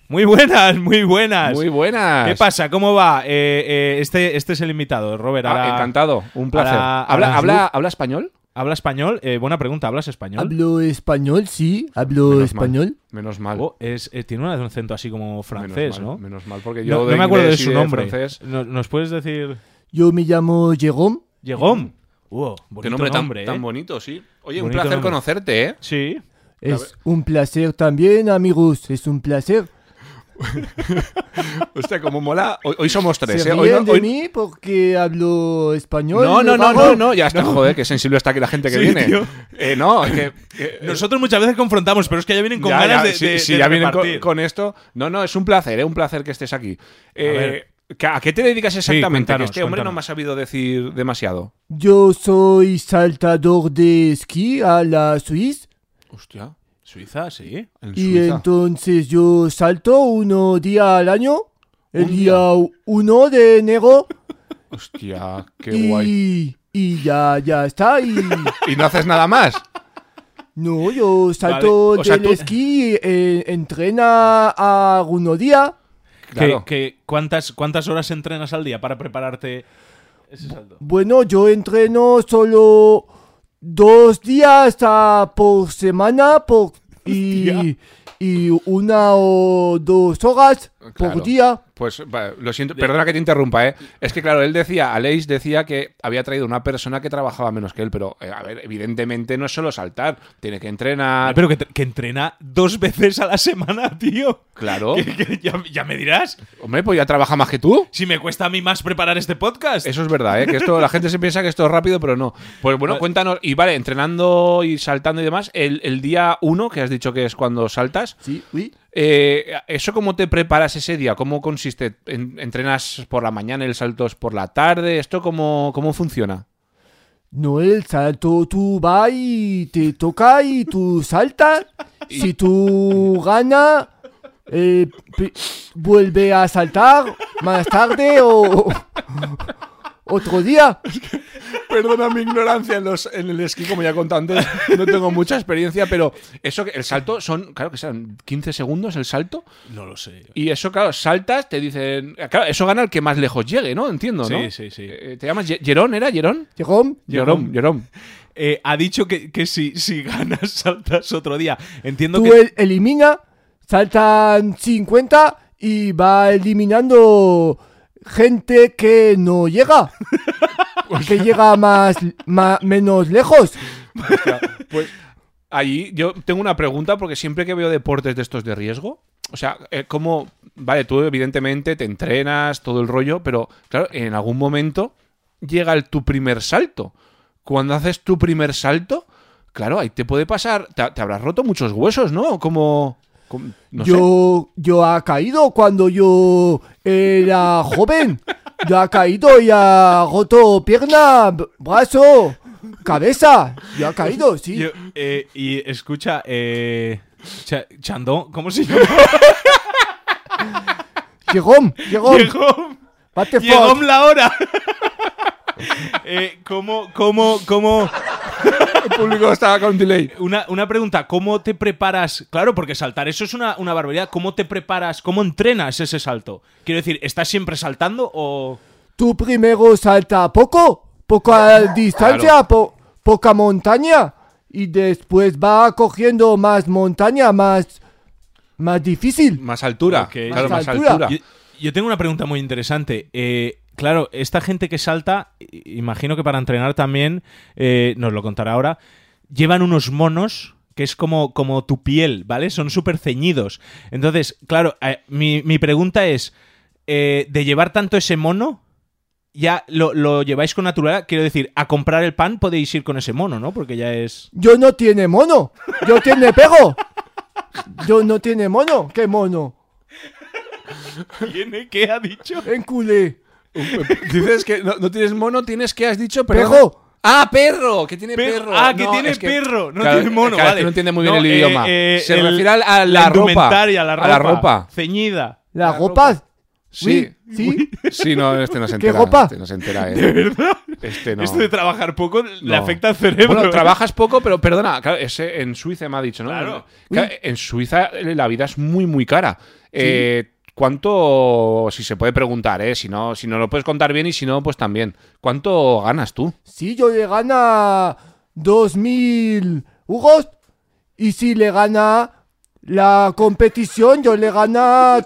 Speaker 1: Muy buenas, muy buenas.
Speaker 2: Muy buenas.
Speaker 1: ¿Qué pasa? ¿Cómo va? Eh, eh, este, este es el invitado, Robert.
Speaker 2: Ah,
Speaker 1: ahora-
Speaker 2: encantado, un placer.
Speaker 1: ahora-
Speaker 2: ¿Habla,
Speaker 1: ahora
Speaker 2: habla,
Speaker 1: Snoop.
Speaker 2: ¿Habla español?
Speaker 1: ¿Habla español? Eh, buena pregunta, ¿hablas español?
Speaker 4: Hablo español, sí, hablo
Speaker 2: Menos mal,
Speaker 4: español.
Speaker 2: Menos mal.
Speaker 1: Oh, es- eh, tiene un acento así como francés,
Speaker 2: menos mal,
Speaker 1: ¿no?
Speaker 2: Menos mal, porque yo
Speaker 1: No,
Speaker 2: de
Speaker 1: no me acuerdo de
Speaker 2: inglés y
Speaker 1: su nombre.
Speaker 2: francés-
Speaker 1: ¿No- ¿Nos puedes decir
Speaker 4: Yo me llamo Jerome.
Speaker 1: Llegón? Uh, bonito
Speaker 2: Qué nombre tan,
Speaker 1: nombre, ¿eh?
Speaker 2: tan bonito, sí. Oye, un
Speaker 1: Bonito
Speaker 2: placer
Speaker 1: nombre.
Speaker 2: conocerte, ¿eh?
Speaker 1: Sí.
Speaker 4: Es un placer también, amigos. Es un placer.
Speaker 2: Hostia, como mola. Hoy, hoy somos tres,
Speaker 4: Se
Speaker 2: ¿eh? Hoy
Speaker 4: ríen
Speaker 2: no,
Speaker 4: de
Speaker 2: hoy-
Speaker 4: mí porque hablo español.
Speaker 2: no, no, no,
Speaker 4: raro.
Speaker 2: no, no, ya está, joder, que sensible está aquí la gente que
Speaker 1: Sí,
Speaker 2: viene.
Speaker 1: tío.
Speaker 2: Eh, no, es que. que-
Speaker 1: Nosotros muchas veces confrontamos, pero es que ya vienen con
Speaker 2: ya,
Speaker 1: ganas
Speaker 2: ya,
Speaker 1: de,
Speaker 2: sí,
Speaker 1: de-
Speaker 2: sí,
Speaker 1: de
Speaker 2: ya vienen con,
Speaker 1: repartir.
Speaker 2: con esto. No, no, es un placer, ¿eh? Un placer que estés aquí. Eh, ¿que- ¿A qué te dedicas exactamente? que
Speaker 1: cuéntanos,
Speaker 2: este hombre no
Speaker 1: cuéntanos.
Speaker 2: me ha sabido decir demasiado.
Speaker 4: Yo soy saltador de esquí a la Suiza.
Speaker 2: Hostia,
Speaker 1: Suiza, sí.
Speaker 2: en
Speaker 4: Y
Speaker 2: Suiza.
Speaker 4: entonces yo salto uno día al año. El
Speaker 2: Un
Speaker 4: día 1 de enero.
Speaker 2: Hostia, qué guay.
Speaker 4: Y, y ya, ya está. Y
Speaker 2: ¿Y no haces nada más?
Speaker 4: No, yo salto
Speaker 2: Vale, o sea,
Speaker 4: del
Speaker 2: tú-
Speaker 4: esquí, eh, entrena a uno día.
Speaker 2: Claro.
Speaker 1: Que, que- ¿cuántas, ¿Cuántas horas entrenas al día para prepararte ese salto?
Speaker 4: Bueno, yo entreno solo dos días ah, por semana por, y, y una o dos horas
Speaker 2: Ah, Claro.
Speaker 4: por día.
Speaker 2: Pues va, lo siento, perdona que te interrumpa, ¿eh? Es que claro, él decía, Aleix decía que había traído una persona que trabajaba menos que él, pero eh, a ver, evidentemente no es solo saltar, tiene que entrenar.
Speaker 1: Pero que, te- que entrena dos veces a la semana, tío.
Speaker 2: Claro.
Speaker 1: Que- que ya, ya me dirás.
Speaker 2: Hombre, pues ya trabaja más que tú.
Speaker 1: Si me cuesta a mí más preparar este podcast.
Speaker 2: Eso es verdad, ¿eh? Que esto, la gente se piensa que esto es rápido, pero no. Pues
Speaker 1: Ah.
Speaker 2: bueno, cuéntanos, y vale, entrenando y saltando y demás, el, el día uno, que has dicho que es cuando saltas,
Speaker 4: Sí, sí.
Speaker 2: eh, ¿eso cómo te preparas ese día? ¿Cómo consiste? ¿En- ¿Entrenas por la mañana, el salto es por la tarde? ¿Esto cómo, cómo funciona?
Speaker 4: No, el salto tú vas y te toca y tú saltas. Si tú ganas, eh, pe- vuelve a saltar más tarde o o- otro día.
Speaker 2: Perdona mi ignorancia en, los, en el esquí, como ya conté antes, no tengo mucha experiencia, pero eso que el salto son, claro que son 15 segundos el salto,
Speaker 1: No lo sé.
Speaker 2: y eso, claro, saltas, te dicen, claro, eso gana el que más lejos llegue, ¿no? Entiendo, ¿no?
Speaker 1: Sí, sí, sí.
Speaker 2: Eh, ¿Te llamas Ye- Jerón, era Jerón?
Speaker 4: Jerome,
Speaker 2: Jerón, Jerón.
Speaker 1: Eh, ha dicho que, que si, si ganas, saltas otro día. Entiendo
Speaker 4: tú
Speaker 1: que.
Speaker 4: el- elimina, saltan 50 y va eliminando gente que no llega. que llega más, ma- menos lejos.
Speaker 2: Pues ahí yo tengo una pregunta, porque siempre que veo deportes de estos de riesgo, o sea, eh, ¿cómo. Vale, tú evidentemente te entrenas, todo el rollo, pero claro, en algún momento llega el- tu primer salto. Cuando haces tu primer salto, claro, ahí te puede pasar. Te, te habrás roto muchos huesos, ¿no? Como. como- no sé.
Speaker 4: yo, yo ha caído cuando yo era joven. Yo ha caído y ha roto pierna, b- brazo, cabeza. Yo ha caído, sí.
Speaker 1: Yo- eh, y escucha, eh, Cha- Chandon, ¿cómo se llama?
Speaker 4: Jerome, Jerome,
Speaker 1: Llegó,
Speaker 4: what the
Speaker 1: llegó
Speaker 4: fuck.
Speaker 1: la hora. Eh, ¿Cómo, cómo, cómo?
Speaker 2: El público estaba con delay.
Speaker 1: Una, una pregunta, ¿cómo te preparas? Claro, porque saltar, eso es una, una barbaridad. ¿Cómo te preparas? ¿Cómo entrenas ese salto? Quiero decir, ¿estás siempre saltando o...?
Speaker 4: Tú primero salta poco, poca distancia, po- poca montaña. Y después va cogiendo más montaña, más, más difícil.
Speaker 2: Más altura.
Speaker 1: Ok.
Speaker 2: Claro,
Speaker 4: Más
Speaker 2: más
Speaker 4: altura.
Speaker 2: altura.
Speaker 1: Yo, yo tengo una pregunta muy interesante. Eh, claro, esta gente que salta, i- imagino que para entrenar también, eh, nos lo contará ahora, llevan unos monos que es como, como tu piel, ¿vale? Son súper ceñidos. Entonces, claro, eh, mi, mi pregunta es, eh, ¿de llevar tanto ese mono? Ya lo, lo lleváis con naturalidad. Quiero decir, a comprar el pan podéis ir con ese mono, ¿no? Porque ya es...
Speaker 4: Yo no tiene mono, yo tiene perro. Yo no tiene mono, qué mono.
Speaker 1: ¿Tiene qué ha dicho?
Speaker 4: Enculé.
Speaker 2: Dices que no, no tienes mono, tienes que has dicho
Speaker 4: Perro.
Speaker 2: Perdón. Ah, perro, que tiene
Speaker 1: Perro.
Speaker 2: perro.
Speaker 1: Ah, que tiene
Speaker 2: es
Speaker 1: perro, no tiene mono,
Speaker 2: claro, es
Speaker 1: vale.
Speaker 2: que no entiende muy bien
Speaker 1: No,
Speaker 2: el
Speaker 1: eh,
Speaker 2: idioma.
Speaker 1: eh,
Speaker 2: Se
Speaker 1: el-
Speaker 2: refiere a la,
Speaker 1: la
Speaker 2: ropa.
Speaker 1: indumentaria, la ropa.
Speaker 2: A la ropa.
Speaker 1: Ceñida.
Speaker 4: La,
Speaker 2: La
Speaker 4: ropa.
Speaker 2: ropa. Sí.
Speaker 4: Sí, sí.
Speaker 2: Sí, no, este no se
Speaker 4: ¿Qué
Speaker 2: entera.
Speaker 4: ropa?
Speaker 2: Este no se entera, ¿eh? ¿De verdad? Este no.
Speaker 1: Esto de trabajar poco le
Speaker 2: No.
Speaker 1: afecta al cerebro. ¿eh?
Speaker 2: Bueno, trabajas poco, pero perdona, claro, ese en Suiza me ha dicho, ¿no?
Speaker 1: Claro.
Speaker 2: Claro, En Suiza eh, la vida es muy, muy cara. Eh, ¿Cuánto, si se puede preguntar, eh? Si no, si no lo puedes contar bien y si no, pues también. ¿Cuánto ganas tú?
Speaker 4: Si yo le gana 2000 euros y si le gana la competición, yo le gana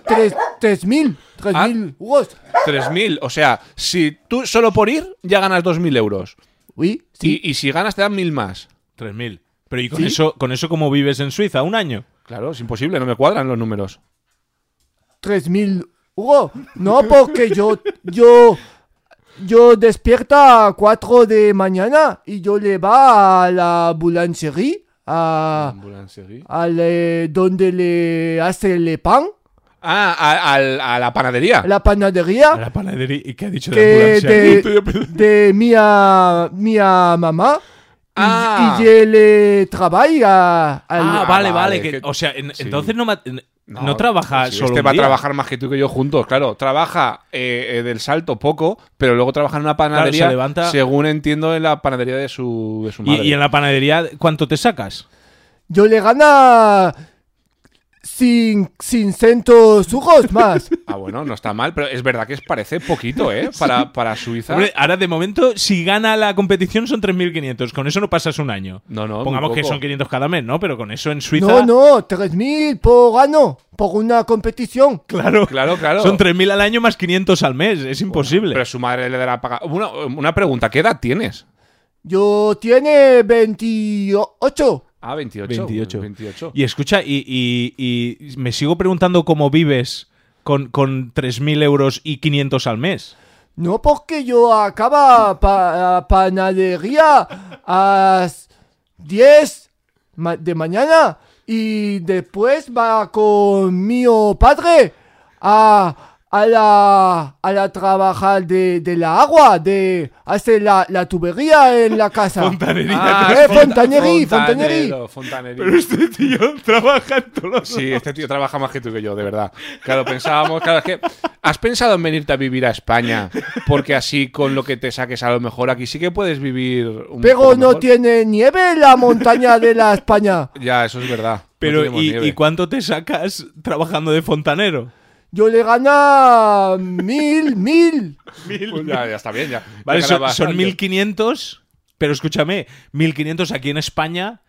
Speaker 4: 3000. 3000 euros.
Speaker 2: 3.000. O sea, si tú solo por ir ya ganas 2.000 euros.
Speaker 4: Sí, sí.
Speaker 2: Y, y si ganas te dan 1.000 más.
Speaker 1: 3.000. Pero ¿y con,
Speaker 4: ¿Sí?
Speaker 1: eso, con eso cómo vives en Suiza? ¿Un año?
Speaker 2: Claro, es imposible, no me cuadran los números.
Speaker 4: 3000 euros. No, porque yo, yo, yo despierta a 4 de mañana y yo le va a la boulangerie, a, al, eh, donde le hace el pan,
Speaker 2: Ah, a, al- a la panadería.
Speaker 4: a la panadería.
Speaker 2: Ah.
Speaker 1: A la panadería. ¿Y qué ha dicho de
Speaker 4: que
Speaker 1: ambulancia?
Speaker 4: de, de mi, ah, mi ah, mamá y,
Speaker 2: Ah.
Speaker 4: y él eh, trabaja al-
Speaker 1: Ah,
Speaker 2: Ah,
Speaker 1: vale, vale.
Speaker 2: vale,
Speaker 1: que-
Speaker 2: que-
Speaker 1: o sea, en-
Speaker 2: sí.
Speaker 1: entonces no, ma- en- no trabaja
Speaker 2: sí,
Speaker 1: solo
Speaker 2: Este
Speaker 1: un
Speaker 2: va a
Speaker 1: día.
Speaker 2: trabajar más que tú y que yo juntos, claro. Trabaja eh, eh, del salto poco, pero luego trabaja en una panadería,
Speaker 1: Claro, se levanta-
Speaker 2: según entiendo, en la panadería de su, de su
Speaker 1: ¿Y,
Speaker 2: madre.
Speaker 1: y en la panadería cuánto te sacas?
Speaker 4: yo le gana sin, sin centos ojos más.
Speaker 2: Ah, bueno, no está mal, pero es verdad que es, parece poquito, ¿eh? Para, para Suiza.
Speaker 1: Hombre, ahora de momento, si gana la competición son 3.500. Con eso no pasas un año.
Speaker 2: No, no, muy
Speaker 1: Pongamos que
Speaker 2: poco.
Speaker 1: son 500 cada mes, ¿no? Pero con eso en Suiza.
Speaker 4: No, no, 3.000 por año, por una competición.
Speaker 1: Claro,
Speaker 2: Claro, claro.
Speaker 1: Son 3.000 al año más 500 al mes. Es imposible.
Speaker 2: Pero su madre le dará paga. Una, una pregunta, ¿qué edad tienes?
Speaker 4: Yo tiene 28.
Speaker 2: Ah, 28.
Speaker 1: 28.
Speaker 2: 28.
Speaker 1: Y escucha, y, y- y me sigo preguntando cómo vives con, con 3.000 euros y 500 al mes.
Speaker 4: No porque yo acaba pa panadería a las 10 ma- de mañana y después va con mi padre a, a la a la trabajar de, de la agua, de hacer la, la tubería en la casa.
Speaker 1: Fontanería.
Speaker 2: Ah,
Speaker 4: Eh,
Speaker 2: fonta-
Speaker 4: fontaneri,
Speaker 2: fontanero, fontaneri.
Speaker 1: Pero este tío trabaja en Tolosa.
Speaker 2: Sí, este tío trabaja más que tú que yo, de verdad. Claro, pensábamos, claro, es que has pensado en venirte a vivir a España, porque así con lo que te saques a lo mejor aquí sí que puedes vivir un
Speaker 4: Pero
Speaker 2: poco
Speaker 4: no
Speaker 2: mejor.
Speaker 4: tiene nieve la montaña de la España.
Speaker 2: Ya, eso es verdad. No
Speaker 1: Pero,
Speaker 2: tenemos
Speaker 1: ¿y,
Speaker 2: nieve.
Speaker 1: y cuánto te sacas trabajando de fontanero?
Speaker 4: Yo le gana mil, mil.
Speaker 2: Pues ya, ya está bien, ya.
Speaker 1: Vale,
Speaker 2: Ya
Speaker 1: son,
Speaker 2: ganaba
Speaker 1: son
Speaker 2: bastante.
Speaker 1: 1500, pero escúchame, 1500 aquí en España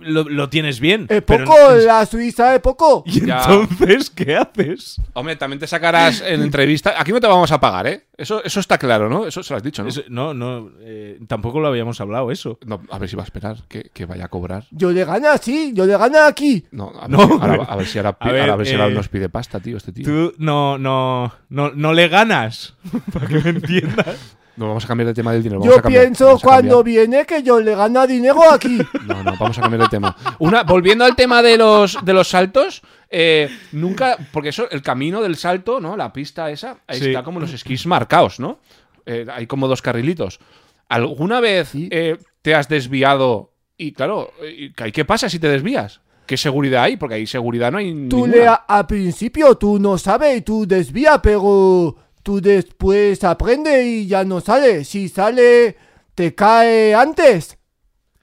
Speaker 1: lo, lo tienes bien.
Speaker 4: Es
Speaker 1: pero-
Speaker 4: Eh, poco, la Suiza es poco.
Speaker 1: y
Speaker 2: Ya.
Speaker 1: entonces, ¿qué haces?
Speaker 2: Hombre, también te sacarás en entrevista. Aquí no te vamos a pagar, ¿eh? Eso, eso está claro, ¿no? Eso se lo has dicho, ¿no?
Speaker 1: Eso- no, no, eh, tampoco lo habíamos hablado eso.
Speaker 2: No, a ver si va a esperar que, que vaya a cobrar.
Speaker 4: Yo le gana, sí, yo le gana aquí.
Speaker 2: No, a ver,
Speaker 1: No,
Speaker 2: ahora-
Speaker 1: hombre.
Speaker 2: a ver si ahora,
Speaker 1: A ver,
Speaker 2: ahora a ver si ahora
Speaker 1: eh,
Speaker 2: nos pide pasta, tío, este tío.
Speaker 1: Tú no, no, no, no le ganas, para que me entiendas.
Speaker 2: No, vamos a cambiar de tema del dinero. vamos
Speaker 4: Yo
Speaker 2: a cambiar,
Speaker 4: pienso
Speaker 2: vamos a
Speaker 4: cuando
Speaker 2: cambiar.
Speaker 4: viene que yo le gana dinero aquí.
Speaker 2: No, no, vamos a cambiar de tema. Una, volviendo al tema de los, de los saltos, eh, nunca. Porque eso, el camino del salto, ¿no? La pista esa, ahí
Speaker 1: Sí.
Speaker 2: está como los esquís marcados, ¿no? Eh, hay como dos carrilitos. ¿Alguna vez
Speaker 4: Sí.
Speaker 2: eh, te has desviado? Y claro, eh, ¿y ¿qué pasa si te desvías? ¿Qué seguridad hay? Porque hay seguridad, no hay.
Speaker 4: Tú
Speaker 2: ninguna.
Speaker 4: le a- al principio tú no sabes y tú desvía, pero tú después aprende y ya no sale. Si sale, te cae antes.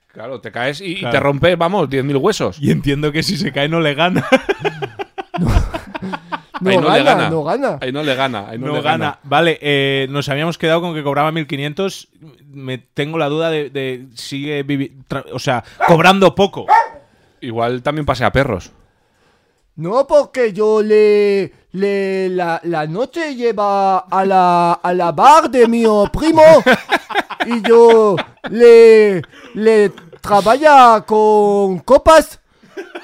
Speaker 2: Claro, te caes y, y
Speaker 1: Claro.
Speaker 2: te rompes, vamos, 10.000 huesos.
Speaker 1: Y entiendo que si se cae no le gana.
Speaker 4: No,
Speaker 2: Ahí no
Speaker 4: gana,
Speaker 2: le gana.
Speaker 4: no gana.
Speaker 2: Ahí no le gana. Ahí no,
Speaker 1: No,
Speaker 2: le
Speaker 1: gana. Vale, eh, nos habíamos quedado con que cobraba 1500. Me tengo la duda de, de sigue vivi- tra- o sea, cobrando poco.
Speaker 2: Igual también pasea perros.
Speaker 4: No, porque yo le, le la, la noche lleva a la, a la bar de mi primo y yo le, le trabaja con copas.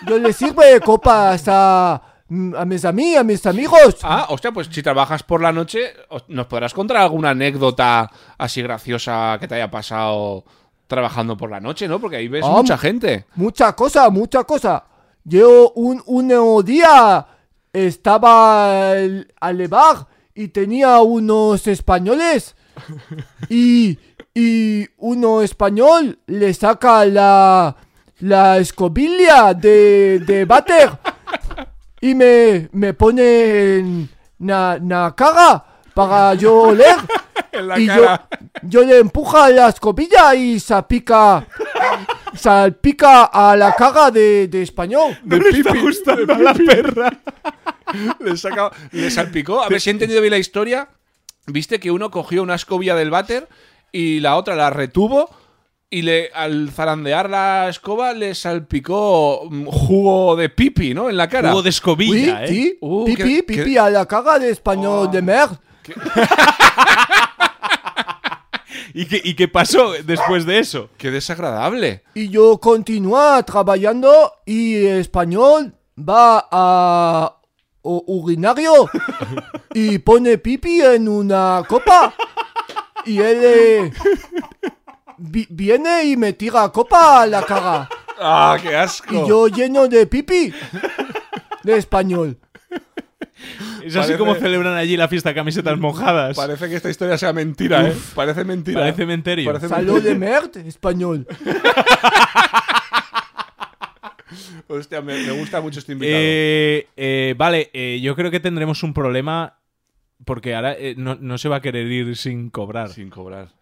Speaker 4: Yo le sirve copas a, a mis amigos, a mis amigos.
Speaker 2: Ah, hostia, pues si trabajas por la noche, os- ¿nos podrás contar alguna anécdota así graciosa que te haya pasado trabajando por la noche, no? Porque ahí ves
Speaker 4: Ah,
Speaker 2: mucha
Speaker 4: mu-
Speaker 2: gente.
Speaker 4: Mucha cosa, mucha cosa. Yo un, un día estaba al, al bar y tenía unos españoles y, y uno español le saca la, la escobilla de, de váter y me, me pone en la cara para yo oler. y yo, yo le empuja la escobilla y salpica, salpica a la cara de, de español.
Speaker 1: No le está gustando a la perra.
Speaker 2: Le, saca- le salpicó. A ver si he entendido bien la historia. Viste que uno cogió una escobilla del váter y la otra la retuvo y le al zarandear la escoba le salpicó mm, jugo de pipi, ¿no? En la cara.
Speaker 1: Hugo de escobilla,
Speaker 4: Sí,
Speaker 1: ¿eh?
Speaker 4: sí.
Speaker 2: Uh,
Speaker 4: pipi,
Speaker 2: qué- Oh.
Speaker 4: pipi
Speaker 2: qué-
Speaker 4: a la cara de español de mer.
Speaker 1: ¿Y qué, ¿Y qué pasó después de eso?
Speaker 2: Qué desagradable.
Speaker 4: Y yo continúa trabajando y español va a o- urinario y pone pipi en una copa. Y él eh, vi- viene y me tira copa a la cara.
Speaker 2: Ah, qué asco.
Speaker 4: Y yo lleno de pipi de español.
Speaker 1: Es así
Speaker 2: Parece-
Speaker 1: como celebran allí la fiesta de camisetas mojadas.
Speaker 2: Parece que esta historia sea mentira, ¿eh? Parece mentira.
Speaker 1: Parece cementerio.
Speaker 2: Parece
Speaker 4: Saló de merd español.
Speaker 2: Hostia, me, me gusta mucho este invitado.
Speaker 1: Eh, eh, vale, eh, yo creo que tendremos un problema porque ahora eh, no, no se va a querer ir sin cobrar.
Speaker 2: Sin cobrar.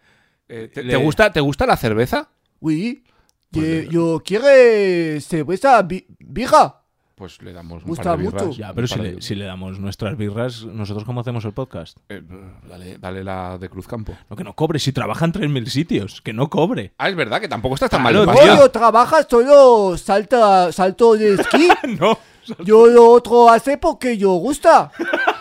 Speaker 2: Eh, ¿te,
Speaker 1: Le-
Speaker 2: te gusta, ¿Te gusta la cerveza?
Speaker 4: Uy, Que
Speaker 2: eh,
Speaker 4: yo quiere cerveza bi- birra.
Speaker 2: Pues le damos un
Speaker 4: Gusta
Speaker 2: par de
Speaker 4: mucho.
Speaker 2: birras,
Speaker 1: Ya,
Speaker 2: un
Speaker 1: pero si
Speaker 2: par de
Speaker 1: le,
Speaker 2: birras.
Speaker 1: si le damos nuestras birras, ¿nosotros cómo hacemos el podcast?
Speaker 2: Eh, dale, dale la de Cruzcampo.
Speaker 1: No, que no cobre, si trabaja en 3.000 sitios, que no cobre.
Speaker 2: Ah, es verdad que tampoco estás tan mal.
Speaker 1: Claro,
Speaker 2: de
Speaker 1: tío.
Speaker 2: pasta.
Speaker 4: Yo trabaja solo salta, salto de esquí.
Speaker 1: No.
Speaker 4: Yo lo otro hace porque yo gusta.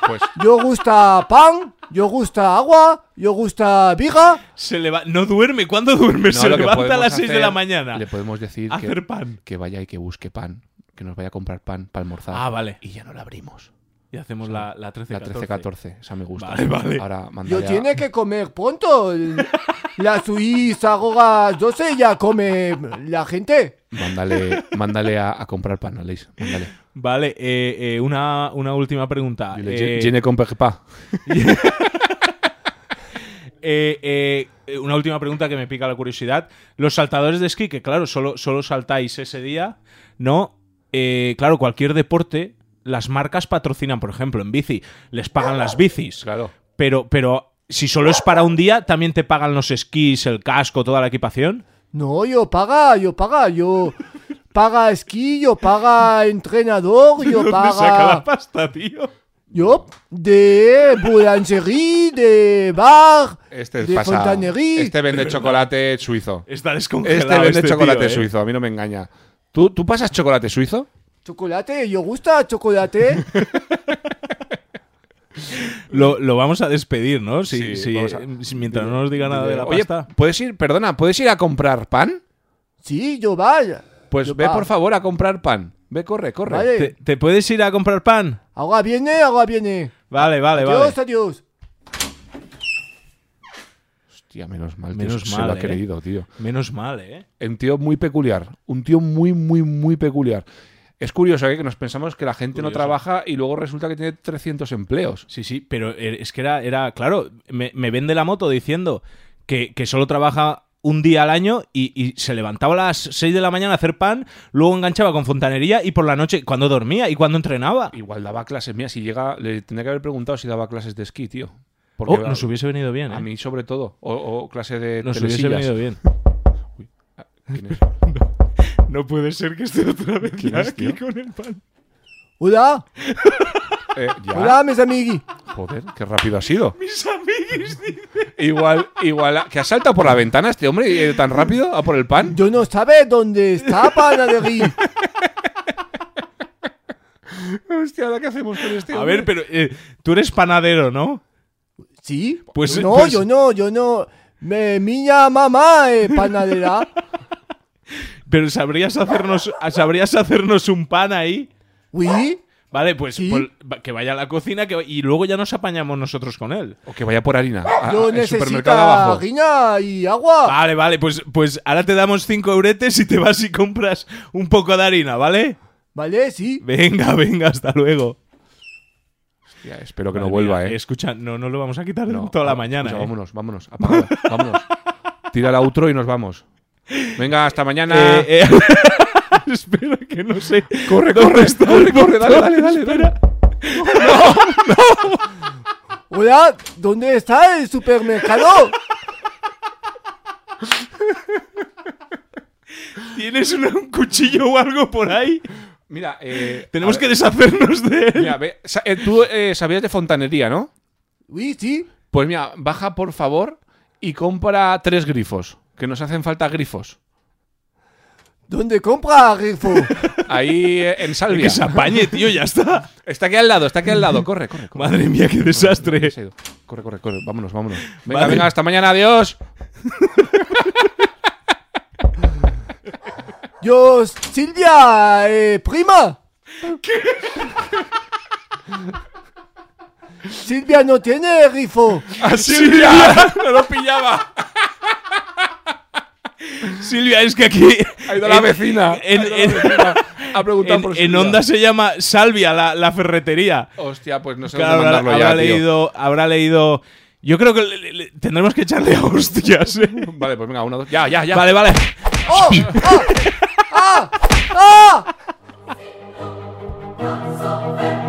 Speaker 2: Pues
Speaker 4: Yo gusta pan, yo gusta agua, yo gusta birra.
Speaker 1: Se leva- no duerme. ¿Cuándo duerme?
Speaker 2: no,
Speaker 1: se
Speaker 2: lo que
Speaker 1: levanta a
Speaker 2: podemos
Speaker 1: las 6 de la
Speaker 2: hacer,
Speaker 1: mañana.
Speaker 2: Le podemos decir
Speaker 1: a
Speaker 2: que,
Speaker 1: hacer pan.
Speaker 2: que vaya y que busque pan. Que nos vaya a comprar pan para almorzar.
Speaker 1: Ah, vale.
Speaker 2: Y ya no la abrimos.
Speaker 1: Y hacemos la, la 13-14.
Speaker 2: La 13-14. Esa me gusta.
Speaker 1: Vale, vale.
Speaker 2: Ahora manda
Speaker 4: Yo
Speaker 2: ya-
Speaker 4: tiene que comer pronto. La Suiza ahora 12 ya come la gente.
Speaker 2: Mándale, mándale a, a comprar pan, Aleix. Mándale.
Speaker 1: Vale, eh, eh, una, una última pregunta.
Speaker 2: Dile,
Speaker 1: Eh,
Speaker 2: "Jen- Jene compre pa.
Speaker 1: eh, eh, eh, una última pregunta que me pica la curiosidad. Los saltadores de esquí, que claro, solo, solo saltáis ese día, ¿no? Eh, claro, cualquier deporte, las marcas patrocinan, por ejemplo, en bici, les pagan las bicis.
Speaker 2: Claro.
Speaker 1: Pero, pero si solo es para un día, ¿también te pagan los esquís, el casco, toda la equipación?
Speaker 4: No, yo paga, yo paga, yo paga esquí, yo paga entrenador, yo paga.
Speaker 1: pasta, tío?
Speaker 4: Yo de boulangerie, de bar,
Speaker 2: Este
Speaker 4: de
Speaker 2: pasa.
Speaker 4: fontanería.
Speaker 2: Este vende chocolate suizo.
Speaker 1: Está
Speaker 2: Este
Speaker 1: descongelado.
Speaker 2: vende
Speaker 1: este
Speaker 2: chocolate
Speaker 1: tío, ¿eh?
Speaker 2: suizo. A mí no me engaña. ¿Tú, ¿Tú pasas chocolate suizo?
Speaker 4: Chocolate, yo gusta chocolate.
Speaker 1: Lo, lo vamos a despedir, ¿no? Si,
Speaker 2: Sí,
Speaker 1: si-
Speaker 2: vamos a-
Speaker 1: eh, si- mientras no nos diga nada de la
Speaker 2: Oye,
Speaker 1: pasta.
Speaker 2: ¿puedes ir, perdona, ¿puedes ir a comprar pan?
Speaker 4: Sí, yo vaya.
Speaker 2: Pues
Speaker 4: Yo
Speaker 2: ve,
Speaker 1: ah.
Speaker 4: pa-
Speaker 2: por favor, a comprar pan. Ve, corre, corre.
Speaker 4: Vale.
Speaker 1: ¿Te, te puedes ir a comprar pan?
Speaker 4: Ahora viene, ahora viene.
Speaker 1: Vale, vale, vale.
Speaker 4: Adiós, adiós.
Speaker 2: Hostia, menos mal. tío,
Speaker 1: Menos
Speaker 2: se
Speaker 1: mal,
Speaker 2: lo ha
Speaker 1: eh.
Speaker 2: creído, tío.
Speaker 1: Menos mal, ¿eh?
Speaker 2: Un tío muy peculiar. Un tío muy, muy, muy peculiar. Es curioso ¿eh? que nos pensamos que la gente no
Speaker 1: Curioso.
Speaker 2: trabaja y luego resulta que tiene 300 empleos.
Speaker 1: Sí, sí, pero eh, es que era, era claro, me, me vende la moto diciendo que, que solo trabaja un día al año y, y se levantaba a las 6 de la mañana a hacer pan, luego enganchaba con fontanería y por la noche, cuando dormía y cuando entrenaba.
Speaker 2: Igual daba clases. Mira, si llega, le tendría que haber preguntado si daba clases de esquí, tío. Porque
Speaker 1: Oh,
Speaker 2: va-
Speaker 1: nos hubiese venido bien,
Speaker 2: a
Speaker 1: ¿eh?
Speaker 2: mí sobre todo. O, o clase de
Speaker 1: Nos hubiese venido
Speaker 2: telesillas.
Speaker 1: bien.
Speaker 2: Ah, ¿quién es?
Speaker 1: No puede ser que esté otra vez
Speaker 2: ¿Quién es, aquí tío?
Speaker 1: con el pan.
Speaker 4: Hola,
Speaker 2: Eh, ya.
Speaker 4: hola, mis amigos.
Speaker 2: Joder, qué rápido ha sido. Mis amigos, Igual, igual. a- ¿Que ha saltado por la ventana este hombre eh, tan rápido? ¿A por el pan?
Speaker 4: Yo no sabe dónde está panadería.
Speaker 2: Hostia, ¿ahora qué hacemos con este
Speaker 1: A ver, pero eh, tú eres panadero, ¿no?
Speaker 4: ¿Sí?
Speaker 1: Pues-
Speaker 4: no,
Speaker 1: pues-
Speaker 4: yo no, yo no. Me, miña mamá es panadera.
Speaker 1: Pero sabrías hacernos, sabrías hacernos un pan ahí.
Speaker 4: ¿Oui?
Speaker 1: Vale, pues,
Speaker 4: Sí.
Speaker 1: pues, va- que vaya a la cocina que, y luego ya nos apañamos nosotros con él.
Speaker 2: O que vaya por harina. a-
Speaker 4: Yo
Speaker 2: a- Ah, el
Speaker 4: necesito
Speaker 2: supermercado de abajo. Ah.
Speaker 4: harina y agua.
Speaker 1: Vale, vale, pues, pues ahora te damos cinco euretes y te vas y compras un poco de harina, ¿vale?
Speaker 4: ¿Vale? Sí.
Speaker 1: Venga, venga, hasta luego.
Speaker 2: Hostia, espero que no
Speaker 1: Madre
Speaker 2: vuelva,
Speaker 1: mía,
Speaker 2: eh.
Speaker 1: Escucha, no, no lo vamos a quitar
Speaker 2: No,
Speaker 1: toda la
Speaker 2: pues
Speaker 1: mañana. eh.
Speaker 2: Vámonos, vámonos. apágala, vámonos. Tira la outro y nos vamos. Venga, hasta mañana.
Speaker 1: Eh, eh, espera que no sé.
Speaker 2: Ah. corre, corre, corre, corre, dale, dale, dale. dale.
Speaker 4: Hola, ¿dónde está el supermercado?
Speaker 1: ¿Tienes un, un cuchillo o algo por ahí?
Speaker 2: Mira, eh,
Speaker 1: Tenemos
Speaker 2: a
Speaker 1: que
Speaker 2: ver,
Speaker 1: deshacernos de él.
Speaker 2: mira, ve, sa- eh, tú eh, sabías de fontanería, ¿no?
Speaker 4: ¿Oui? Sí.
Speaker 2: Pues mira, baja por favor y compra tres grifos. Que nos hacen falta grifos.
Speaker 4: ¿Dónde compra Rifo?
Speaker 2: Ahí eh, en Salvia.
Speaker 1: Que se apañe, tío, ya está.
Speaker 2: Está aquí al lado, está aquí al lado. Corre, corre, corre.
Speaker 1: Madre mía, qué desastre.
Speaker 2: Se ha ido. Corre, corre, corre. Vámonos, vámonos. Venga,
Speaker 1: Vale.
Speaker 2: venga, hasta mañana. Adiós.
Speaker 4: Yo, Silvia, eh, prima. Silvia no tiene Rifo.
Speaker 1: Silvia,
Speaker 2: No lo pillaba.
Speaker 1: Silvia, es que aquí.
Speaker 2: Ha ido la
Speaker 1: en-
Speaker 2: vecina.
Speaker 1: En,
Speaker 2: Ha ido la
Speaker 1: en-
Speaker 2: vecina. Ha preguntado
Speaker 1: en-
Speaker 2: por
Speaker 1: en
Speaker 2: Silvia.
Speaker 1: Onda se llama Salvia la, la ferretería.
Speaker 2: Hostia, pues no sé
Speaker 1: Claro,
Speaker 2: dónde
Speaker 1: habrá,
Speaker 2: mandarlo
Speaker 1: habrá
Speaker 2: ya, tío.
Speaker 1: leído, habrá leído. Yo creo que le- le- le- tendremos que echarle a hostias. ¿eh?
Speaker 2: Vale, pues venga, una, dos. Ya, ya, ya.
Speaker 1: Vale, vale.
Speaker 4: ¡Oh! ¡Ah! ¡Ah! ¡Ah!
Speaker 5: You're so very